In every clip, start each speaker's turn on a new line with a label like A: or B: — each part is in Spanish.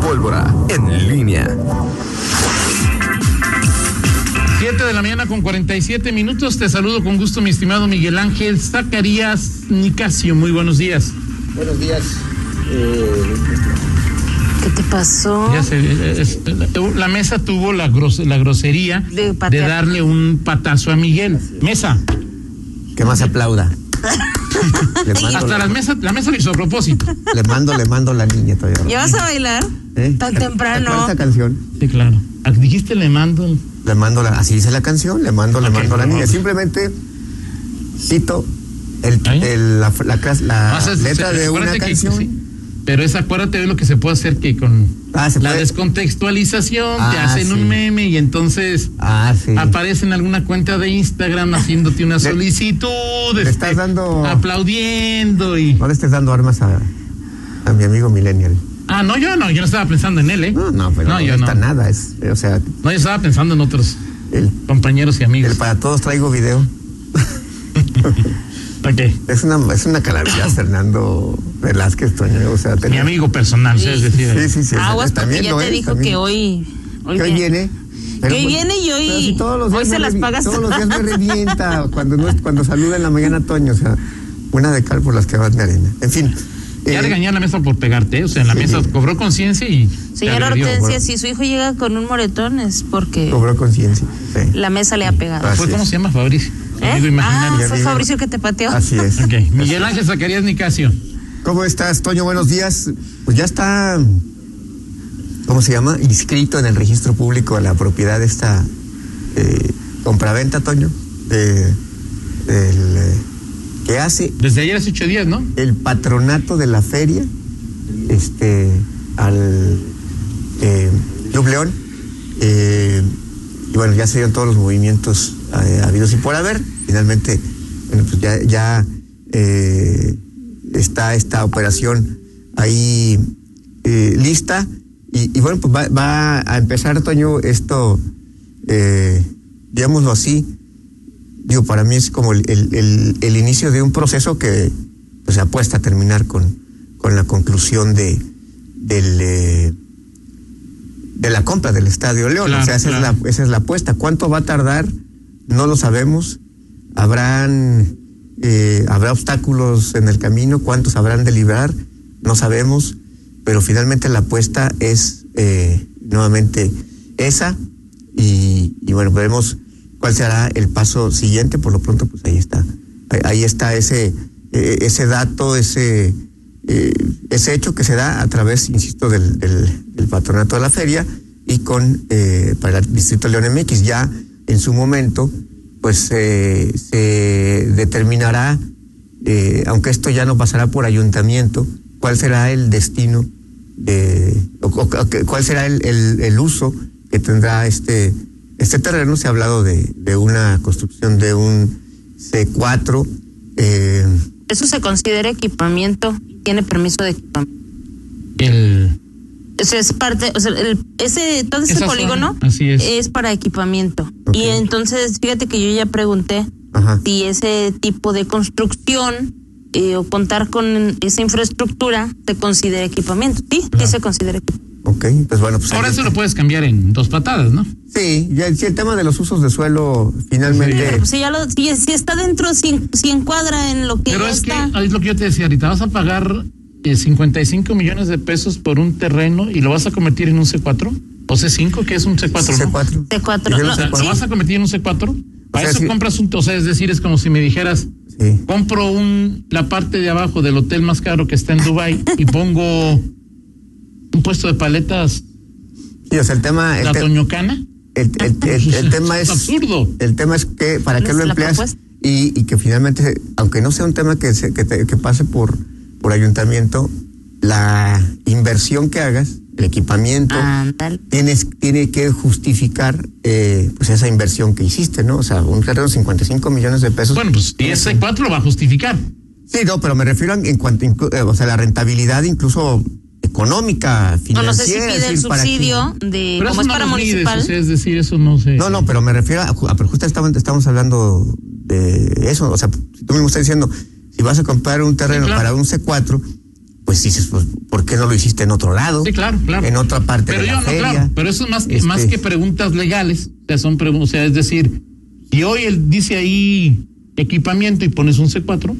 A: pólvora en línea.
B: 7 de la mañana con 47 minutos. Te saludo con gusto, mi estimado Miguel Ángel Zacarías Nicasio. Muy buenos días.
C: Buenos días. Eh,
D: ¿Qué te pasó?
B: Ya se- eh, es- la mesa tuvo la, gros- la grosería
D: De
B: de,
D: patear.
B: darle un patazo a Miguel. Mesa.
E: Que más aplauda. Le mando,
B: Hasta
E: la,
B: las mesas, la mesa lo hizo a propósito.
E: le mando, le mando la niña todavía.
D: ¿Ya vas a bailar?
E: ¿Eh?
D: Tan
E: ¿Te acuerdas
D: temprano.
E: esa canción?
B: Sí, claro. Ah, Dijiste le mando.
E: Le mando la, así dice la canción, le mando, le
B: Ok,
E: mando la
B: no.
E: niña. Simplemente cito el,
B: ¿Ahí? Ah,
E: el- la, la clas- la
B: O sea, se-
E: Ah, letra
B: se-
E: de
B: acuérdate
E: una
B: que-
E: canción.
B: sí. pero es acuérdate de lo que se puede hacer que con
E: Ah, se
B: la
E: puede.
B: descontextualización te
E: Ah,
B: hacen
E: sí.
B: un meme y entonces
E: Ah, sí.
B: aparece en alguna cuenta de Instagram haciéndote una solicitud,
E: le estás dando-
B: aplaudiendo y
E: No le estés dando armas a, a mi amigo Millennial.
B: ah no yo no yo no estaba pensando en él eh
E: No, no, pero no,
B: yo
E: está
B: no
E: nada. Es, o sea,
B: no yo estaba pensando en otros
E: el,
B: compañeros y amigos
E: el para todos traigo video.
B: ¿Para qué?
E: Es una, es una calamidad, Fernando Velázquez Toño. O sea,
B: mi
E: tenemos-
B: amigo personal ¿sabes?
D: Sí.
B: Es
E: Sí,
B: decir,
E: sí, sí.
D: Aguas Ah, pues, porque
E: también
D: ya
E: lo
D: te
E: es,
D: dijo
E: también.
D: que hoy.
E: Que hoy viene.
D: Que hoy viene y hoy-
E: pero si todos los
D: hoy
E: días
D: se
E: me
D: las
E: revi-
D: pagas.
E: Todos los días me revienta cuando, no es- cuando saluda en la mañana Toño. O sea, una de cal por las que van de arena. En fin.
B: ya
E: eh,
B: regañé a la mesa por pegarte ¿eh? o sea en la
E: Sí.
B: mesa cobró conciencia y te
D: Señora
B: agredió.
D: Hortensia, si su hijo llega con un moretón es porque
E: cobró conciencia. sí.
D: la mesa le ha pegado.
E: Así
B: fue
E: es.
B: cómo se llama Fabricio
D: ¿Eh?
B: amigo
D: Ah,
B: imaginario
D: fue
E: amigo.
D: Fabricio que te pateó.
E: Así es.
B: Ok, Miguel Ángel Zacarías Nicasio.
E: ¿Cómo estás, Toño? Buenos días. Pues ya está, ¿cómo se llama? Inscrito en el registro público de la propiedad de esta eh, compraventa, Toño, de, del, eh, que hace
B: Desde ayer hace ocho días, ¿no?
E: el patronato de la feria este, al eh, Club León. Eh, y bueno, ya se dieron todos los movimientos eh, habidos y por haber. Finalmente, bueno, pues ya, ya, eh, está esta operación ahí eh, lista. Y, y bueno, pues va, va a empezar, Toño, esto, eh, digámoslo así, digo, para mí es como el, el- el- el inicio de un proceso que pues, se apuesta a terminar con, con la conclusión de, del, eh, de la compra del Estadio León.
B: Claro,
E: o sea, esa,
B: claro.
E: es la, esa es la apuesta. ¿Cuánto va a tardar? No lo sabemos. Habrán, eh, habrá obstáculos en el camino. ¿Cuántos habrán de librar? No sabemos. Pero finalmente la apuesta es eh, nuevamente esa. Y, y bueno, veremos cuál será el paso siguiente. Por lo pronto, pues ahí está. Ahí- Ahí está ese, eh, ese dato, ese, eh, ese hecho que se da a través, insisto, del, del- del patronato de la feria y con eh, para el Distrito León MX. Ya en su momento, pues eh, se determinará, eh, aunque esto ya no pasará por ayuntamiento, cuál será el destino de, o- o- o que- cuál será el, el- el uso que tendrá este, este terreno. Se ha hablado de, de una construcción de un C4. eh,
D: Eso se considera equipamiento. Tiene permiso de equipamiento.
B: El.
D: O sea, es parte, o sea, el- ese, todo ese
B: Esas son-
D: polígono
B: así es.
D: para equipamiento.
E: Ok.
D: Y entonces, fíjate que yo ya pregunté
E: Ajá.
D: si ese tipo de construcción eh, o contar con esa infraestructura se considera equipamiento. Sí, sí se considera equipamiento.
E: Ok, pues bueno, pues.
B: Ahora
E: ahí
B: eso
E: está.
B: lo puedes cambiar en dos patadas, ¿no?
E: Sí, ya el, sí, el tema de los usos de suelo finalmente.
D: Pues si ya lo, si, si está dentro, si, si encuadra en lo que
B: Pero
D: ya
B: es que
D: está.
B: es lo que yo te decía ahorita. Vas a pagar eh, 55 millones de pesos por un terreno y lo vas a convertir en un C4 o C5, que es un C4. ¿no?
E: C4.
D: C4,
E: Dijeron
D: no,
B: O sea,
E: C4.
B: lo vas a convertir en un C4. Para
E: sea,
B: eso
E: sí.
B: compras un. O sea, es decir, es como si me dijeras.
E: Sí.
B: Compro un, la parte de abajo del hotel más caro que está en Dubai y pongo un puesto de paletas
E: Sí, o sea, el tema. El,
B: la
E: te-
B: Toñocana.
E: el- el- el- el tema es.
B: Absurdo.
E: El tema es que para
D: ¿Cuál
E: qué
D: es
E: lo
D: la
E: empleas
D: propuesta?
E: y, y que finalmente, aunque no sea un tema que, se- que, te- que pase por, por ayuntamiento, la inversión que hagas, el equipamiento,
D: Ándale.
E: tienes tiene que justificar eh, pues esa inversión que hiciste, ¿no? O sea, un terreno de 55 millones de pesos.
B: Bueno, pues y ese 4 lo va a justificar.
E: Sí, no, pero me refiero en, en cuanto inclu- eh, o sea, la rentabilidad incluso económica,
D: O
E: financiera.
D: no sé si
E: es
D: pide el
E: decir, para que-
D: subsidio de
B: Pero
D: como
B: eso
D: es
B: no
D: para
B: lo mides,
D: municipal.
B: o sea, es decir, eso no se.
E: No, no, pero me refiero a, a- pero justamente estamos hablando de eso, o sea, si tú mismo estás diciendo, si vas a comprar un terreno
B: claro.
E: para un C4, pues dices, pues, ¿por qué no lo hiciste en otro lado?
B: Sí, claro, claro.
E: En otra parte
B: Pero
E: de
B: yo
E: la
B: no,
E: feria.
B: claro. Pero eso es más,
E: Este,
B: más que preguntas legales. O sea, son preguntas, o sea, es decir, si hoy él dice ahí equipamiento y pones un C4,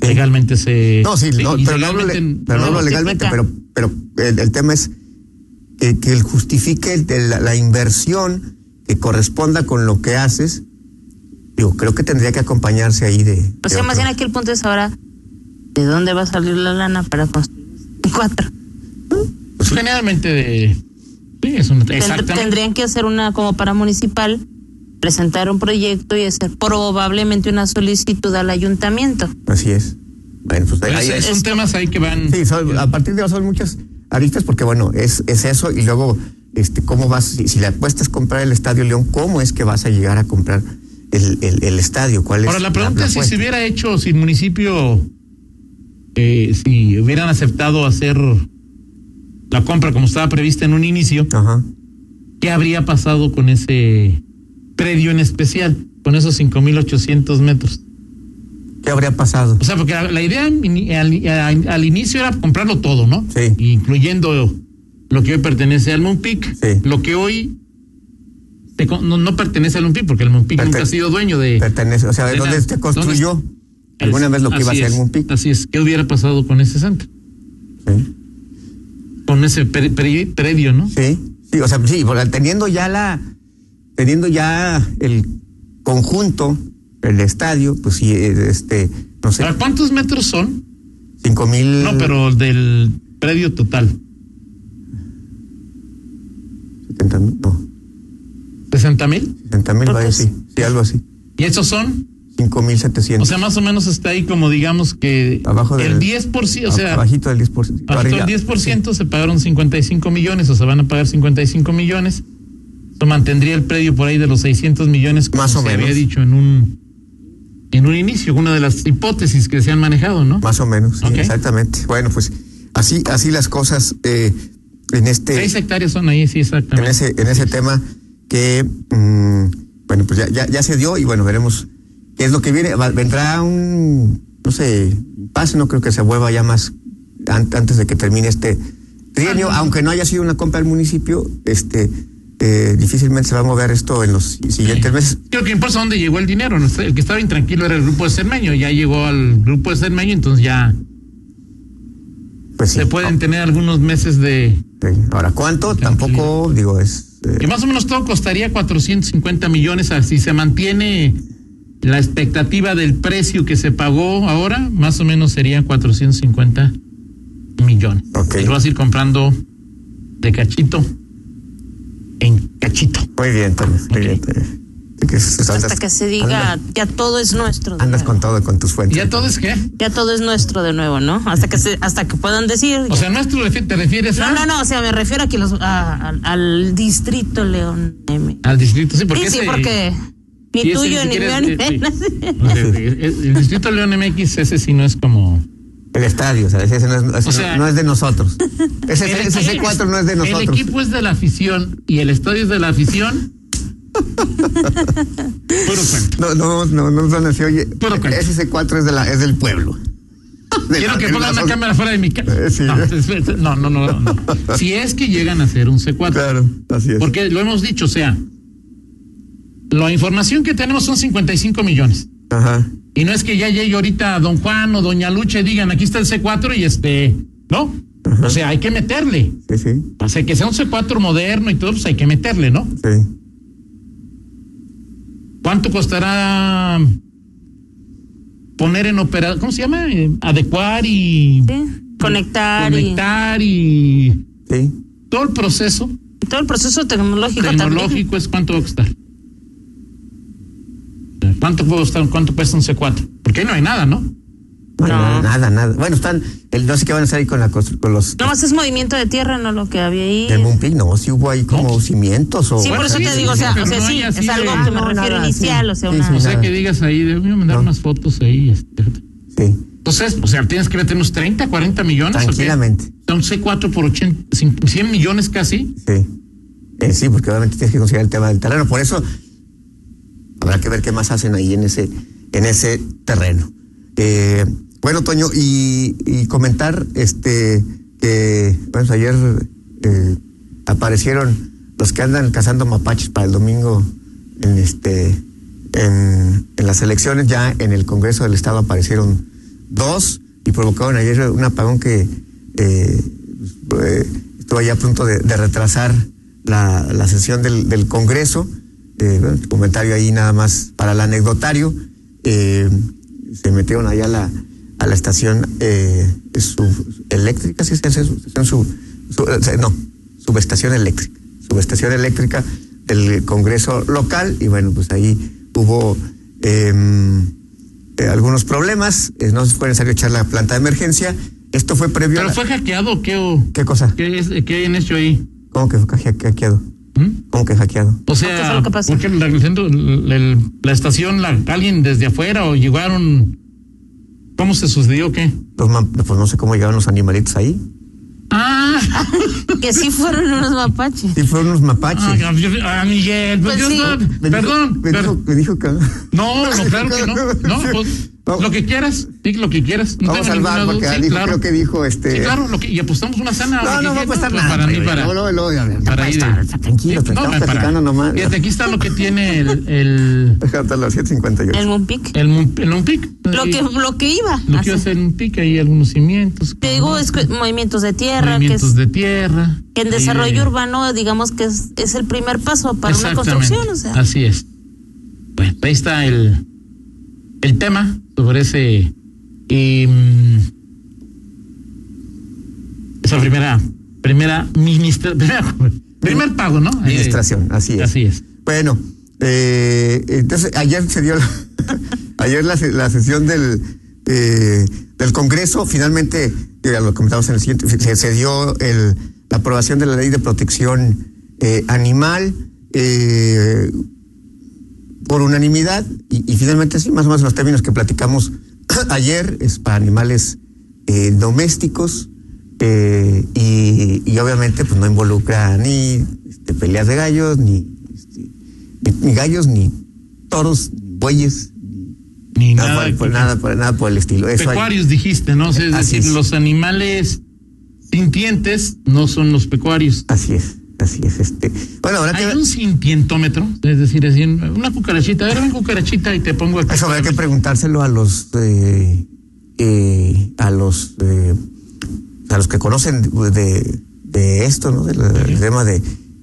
E: Sí.
B: legalmente se.
E: No, sí,
B: se-
E: no,
B: y
E: pero, no hablo, le-
B: legalmente
E: pero no
B: no
E: hablo
B: lo-
E: legalmente, pero, pero el, el tema es que, que el justifique el- el- la, la inversión que corresponda con lo que haces. Digo, creo que tendría que acompañarse ahí de. de
D: O sea,
E: otro.
D: Pues más bien aquí el punto es ahora, ¿de dónde va a salir la lana para construir un cuatro?
E: Pues sí.
B: Generalmente de. Sí, es una.
D: Tend-
B: Exactamente.
D: Tendrían que hacer una como para municipal, presentar un proyecto y hacer probablemente una solicitud al ayuntamiento.
E: Así es. Bueno, pues ahí-
B: Pero
E: ahí-
B: es- son temas ahí que van.
E: Sí, son- a partir de ahora son muchas aristas porque bueno, es, es eso y luego este cómo vas, si, si le apuestas comprar el Estadio León, ¿cómo es que vas a llegar a comprar el, el- el estadio? ¿Cuál es
B: Ahora, la pregunta es si se
E: apuesta?
B: hubiera hecho, si el municipio, eh, si hubieran aceptado hacer la compra como estaba prevista en un inicio,
E: Ajá.
B: ¿qué habría pasado con ese predio en especial, con esos 5.800 metros?
E: ¿Qué habría pasado?
B: O sea, porque la, la idea ini- al, al- al inicio era comprarlo todo, ¿no?
E: Sí.
B: Incluyendo lo que hoy pertenece al Monpic,
E: Sí.
B: lo que hoy te con- no, no pertenece al Monpic, porque el Monpic
E: Perten-
B: nunca ha sido dueño de...
E: Pertenece, o sea, ¿de
B: de
E: dónde
B: nada.
E: se construyó?
B: ¿Dónde es-
E: Alguna vez lo que iba a
B: Así
E: ser
B: es,
E: un pico.
B: Así es, ¿qué hubiera pasado con ese centro?
E: Sí.
B: Con ese pre- pre- predio, ¿no?
E: sí, sí, o sea, sí, bueno, teniendo ya la, teniendo ya el conjunto, el estadio, pues sí, eh, este, no sé,
B: ¿Para cuántos metros son?
E: cinco mil.
B: No, pero el del predio total,
E: 70 mil, no.
B: 60 mil.
E: 60 mil,
D: Creo
E: vaya,
D: que
E: sí,
D: sí.
E: sí, algo así.
B: ¿Y esos son?
E: 5.700.
B: O sea, más o menos está ahí como digamos que
E: Abajo del-
B: el 10%, o
E: ab-
B: sea,
E: abajito del 10%.
B: Bajito
E: arriba.
B: el 10% se pagaron 55 millones, o se van a pagar 55 millones. Eso mantendría el predio por ahí de los 600 millones, como
E: Más o
B: se
E: menos.
B: había dicho en un en un inicio, una de las hipótesis que se han manejado, ¿no?
E: Más o menos, sí,
B: Ok.
E: exactamente. Bueno, pues así así las cosas eh, en este
B: Seis hectáreas son ahí, sí,
E: en
B: exactamente.
E: ese en ese tema que mm, bueno, pues ya, ya ya se dio y bueno, veremos qué es lo que viene. Va- vendrá un no sé, pase, no creo que se vuelva ya más an- antes de que termine este trienio,
B: Ah, no.
E: aunque no haya sido una compra del municipio, este eh, difícilmente se va a mover esto en los siguientes meses.
B: Creo que importa dónde llegó el dinero. ¿no? El que estaba intranquilo era el grupo de Cermeño. Ya llegó al grupo de Cermeño, entonces ya
E: Pues sí.
B: se pueden tener algunos meses de.
E: Sí. Ahora, ¿cuánto? Tampoco, digo, es... eh,
B: Que más o menos todo costaría 450 millones. ah, Si se mantiene la expectativa del precio que se pagó ahora, más o menos serían 450 millones.
E: Ok.
B: Y lo vas a ir comprando de cachito en cachito.
E: muy bien, Toño, muy bien. Toño. Sí que es-
D: Hasta que se diga,
E: Andas,
D: ya todo es nuestro. de
E: andas
D: nuevo.
E: con todo, con tus
B: ¿Y
E: fuentes.
B: ya todo es qué?
D: Ya todo es nuestro de nuevo, ¿no? Hasta que se, hasta que puedan decir.
B: O sea, nuestro refi- te refieres
D: no,
B: a-
D: no, no, o sea, me refiero a que los a- al- al distrito León M.
B: al distrito. Sí, porque
D: Sí, sí,
B: ese-
D: porque
B: y
D: ni
B: ese
D: tuyo, ni
B: siquiera
D: mío,
B: es-
D: ni
B: eh, sí.
D: de-
B: O sea, El el distrito León MX, ese sí no es como.
E: El estadio, o sea, ese no es, ese
B: O sea,
E: no, no es de nosotros. Ese, ese- ese C4 no es de
B: El
E: nosotros.
B: equipo es de la afición y el estadio es de la afición. Puro cuento.
E: No, no, no, no nos van a decir, oye,
B: Puro cuento.
E: ese C4 es, de la, es del pueblo. De
B: Quiero
E: la-
B: que
E: de
B: pongan
E: la
B: una
E: zona.
B: cámara fuera de mi casa.
E: Eh, sí.
B: No, espérate, No, no, no, no. Si es que llegan a ser un C4.
E: Claro, así es.
B: Porque lo hemos dicho, o sea, la información que tenemos son 55 millones.
E: Ajá.
B: Y no es que ya llegue ahorita don Juan o doña Lucha y digan, aquí está el C4 y este, ¿no? O sea, hay que meterle.
E: Sí, sí,
B: O sea, que sea un C4 moderno y todo, pues hay que meterle, ¿no?
E: sí.
B: ¿Cuánto costará poner en operación? ¿Cómo se llama? Eh, adecuar y
D: sí, Conectar y
B: conectar y
E: Sí.
B: todo el proceso
D: todo el proceso tecnológico, también.
B: tecnológico es cuánto va a costar. ¿Cuánto puede costar? ¿Cuánto cuesta un C4? Porque ahí no hay nada, ¿no?
E: No,
D: No.
E: nada, Nada, nada. Bueno, están, el, no sé qué van a hacer ahí con, la, constru- con los...
D: No más es movimiento de tierra, no lo que había ahí.
E: del Moonpig, no, si hubo ahí como
B: No.
E: cimientos o...
D: Sí, por eso
B: sí,
D: te
B: sí,
D: digo, o
B: sí,
D: sea,
B: pero
D: o sea,
B: no
D: sí,
B: hay así
D: es
B: de-
D: algo
E: Ah,
D: que me
E: no,
D: refiero
E: nada, sí.
D: inicial, o sea,
E: Sí,
D: una
E: sí,
B: O sea,
E: Nada.
B: que digas ahí, de, voy a mandar
E: No.
B: unas fotos ahí. este.
E: Sí.
B: Entonces, o sea, tienes que meter unos 30, 40 millones. ¿o qué?
E: Tranquilamente.
B: O sea, un C4 por 80, 100 millones casi.
E: Sí. Eh, sí, porque obviamente tienes que considerar el tema del terreno. Por eso habrá que ver qué más hacen ahí en ese, en ese terreno. Eh, Bueno, Toño, y, y comentar este que pues, ayer eh, aparecieron los que andan cazando mapaches para el domingo en este en, en las elecciones, ya en el Congreso del Estado aparecieron dos y provocaron ayer un apagón que eh, eh, estuvo ya a punto de, de retrasar la, la sesión del, del Congreso. Eh, bueno, comentario ahí nada más para el anecdotario. Eh, se metieron allá a la, a la estación eh, sub- eléctrica, ¿sí se dice? Su- estación sub- su- eh, no, subestación eléctrica, subestación eléctrica del Congreso local y bueno, pues ahí hubo em, eh, algunos problemas, eh, no fue necesario echar la planta de emergencia, esto fue previo a
B: ¿Pero
E: la-
B: fue hackeado o qué? o
E: ¿Qué cosa?
B: ¿Qué, es, qué hayan hecho ahí?
E: ¿Cómo que fue hacke- hackeado?
B: ¿Mm?
E: ¿Cómo que hackeado?
B: O
D: Ah, ¿Qué fue
B: sea,
D: lo que pasó?
B: porque la, el centro- el- el- la estación, la, alguien desde afuera o llegaron. ¿Cómo se sucedió o qué?
E: Los ma- pues no sé cómo llegaron los animalitos ahí.
B: Ah,
D: Que sí fueron unos mapaches.
E: Sí, fueron unos mapaches.
B: ah, yo- ah, Miguel, pues
D: Pues
B: yo
D: sí.
B: no-
E: Me dijo-
B: perdón,
E: me,
B: per-
E: dijo, me dijo que.
B: No, no, claro que no. No, pues,
E: Vamos.
B: lo que quieras, sí, lo que quieras. No
E: Vamos
B: tengo
E: al
B: ninguna
E: bar,
B: duda.
E: porque
B: Sí,
E: dijo,
B: claro.
E: creo que dijo este.
B: Sí, claro, lo que, y apostamos una sana.
E: No, no
B: lo que
E: va a
B: quieras,
E: pasar
B: pues,
E: nada.
B: Para mí,
E: hombre,
B: para.
E: luego, luego, ya, ya,
B: para
E: ahí
B: ir.
E: está, Tranquilo,
B: Sí,
E: te
B: no,
E: estamos
B: para.
E: platicando nomás.
B: Fíjate, aquí está lo que tiene el, el,
E: Hasta las 7.58.
D: El Moonpic.
B: el, Mon- el Monpic.
D: Lo que, lo que iba.
B: Lo
D: así.
B: que iba a hacer un pique, hay algunos cimientos.
D: Te digo, es que movimientos de tierra, que,
B: movimientos
D: es-
B: de tierra.
D: que en
B: ahí
D: desarrollo
B: de-
D: urbano, digamos que es, es el primer paso para una
B: Exactamente,
D: construcción. O sea,
B: Así es. Bueno, ahí está el, el tema sobre ese. em, esa primera. Primera ministra. Primera, primer pago, ¿no? Eh,
E: Administración, así es.
B: Así es.
E: Bueno, eh, entonces ayer se dio la, ayer la, se- la sesión del eh, del Congreso, finalmente, ya lo comentamos en el siguiente, se, se dio el, la aprobación de la ley de protección eh, animal eh, por unanimidad y, y finalmente sí, más o menos los términos que platicamos ayer es para animales eh, domésticos eh, y, y obviamente pues no involucra ni este, peleas de gallos, ni, este, ni, ni gallos, ni toros, ni bueyes,
B: Ni
E: nada, por,
B: nada.
E: por
B: que-
E: pues nada, por- nada por el estilo. Eso hay-
B: pecuarios dijiste, ¿no? O sea, es
E: Así
B: decir,
E: es.
B: los animales sintientes no son los pecuarios.
E: así es, así es. Este. Bueno, habrá que
B: Hay
E: ver-
B: un sintientómetro, es decir, así, una cucarachita, a ver, ven cucarachita y te pongo aquí.
E: Eso habrá que preguntárselo a los eh, eh, a los eh, a los que conocen de, de esto, ¿no? Del el tema de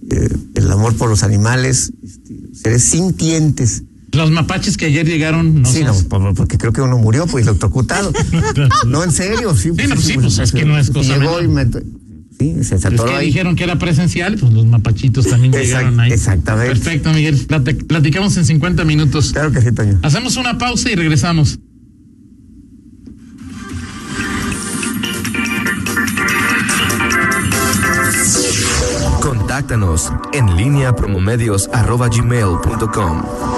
E: eh, el amor por los animales, este, seres sintientes.
B: Los mapaches que ayer llegaron, no
E: sí,
B: sé.
E: no, por- porque creo que uno murió pues electrocutado. no, en serio, sí.
B: no, sí, pues, es que no es cosa
E: Llegó y me, sí, se
B: Pues
E: atoró
B: que
E: ahí.
B: dijeron que era presencial, pues los mapachitos también
E: Exact-
B: llegaron ahí.
E: exactamente.
B: Perfecto, Miguel. Plati- platicamos en 50 minutos.
E: Claro que sí, Toño.
B: Hacemos una pausa y regresamos.
A: Contáctanos en línea promomedios arroba gmail punto com.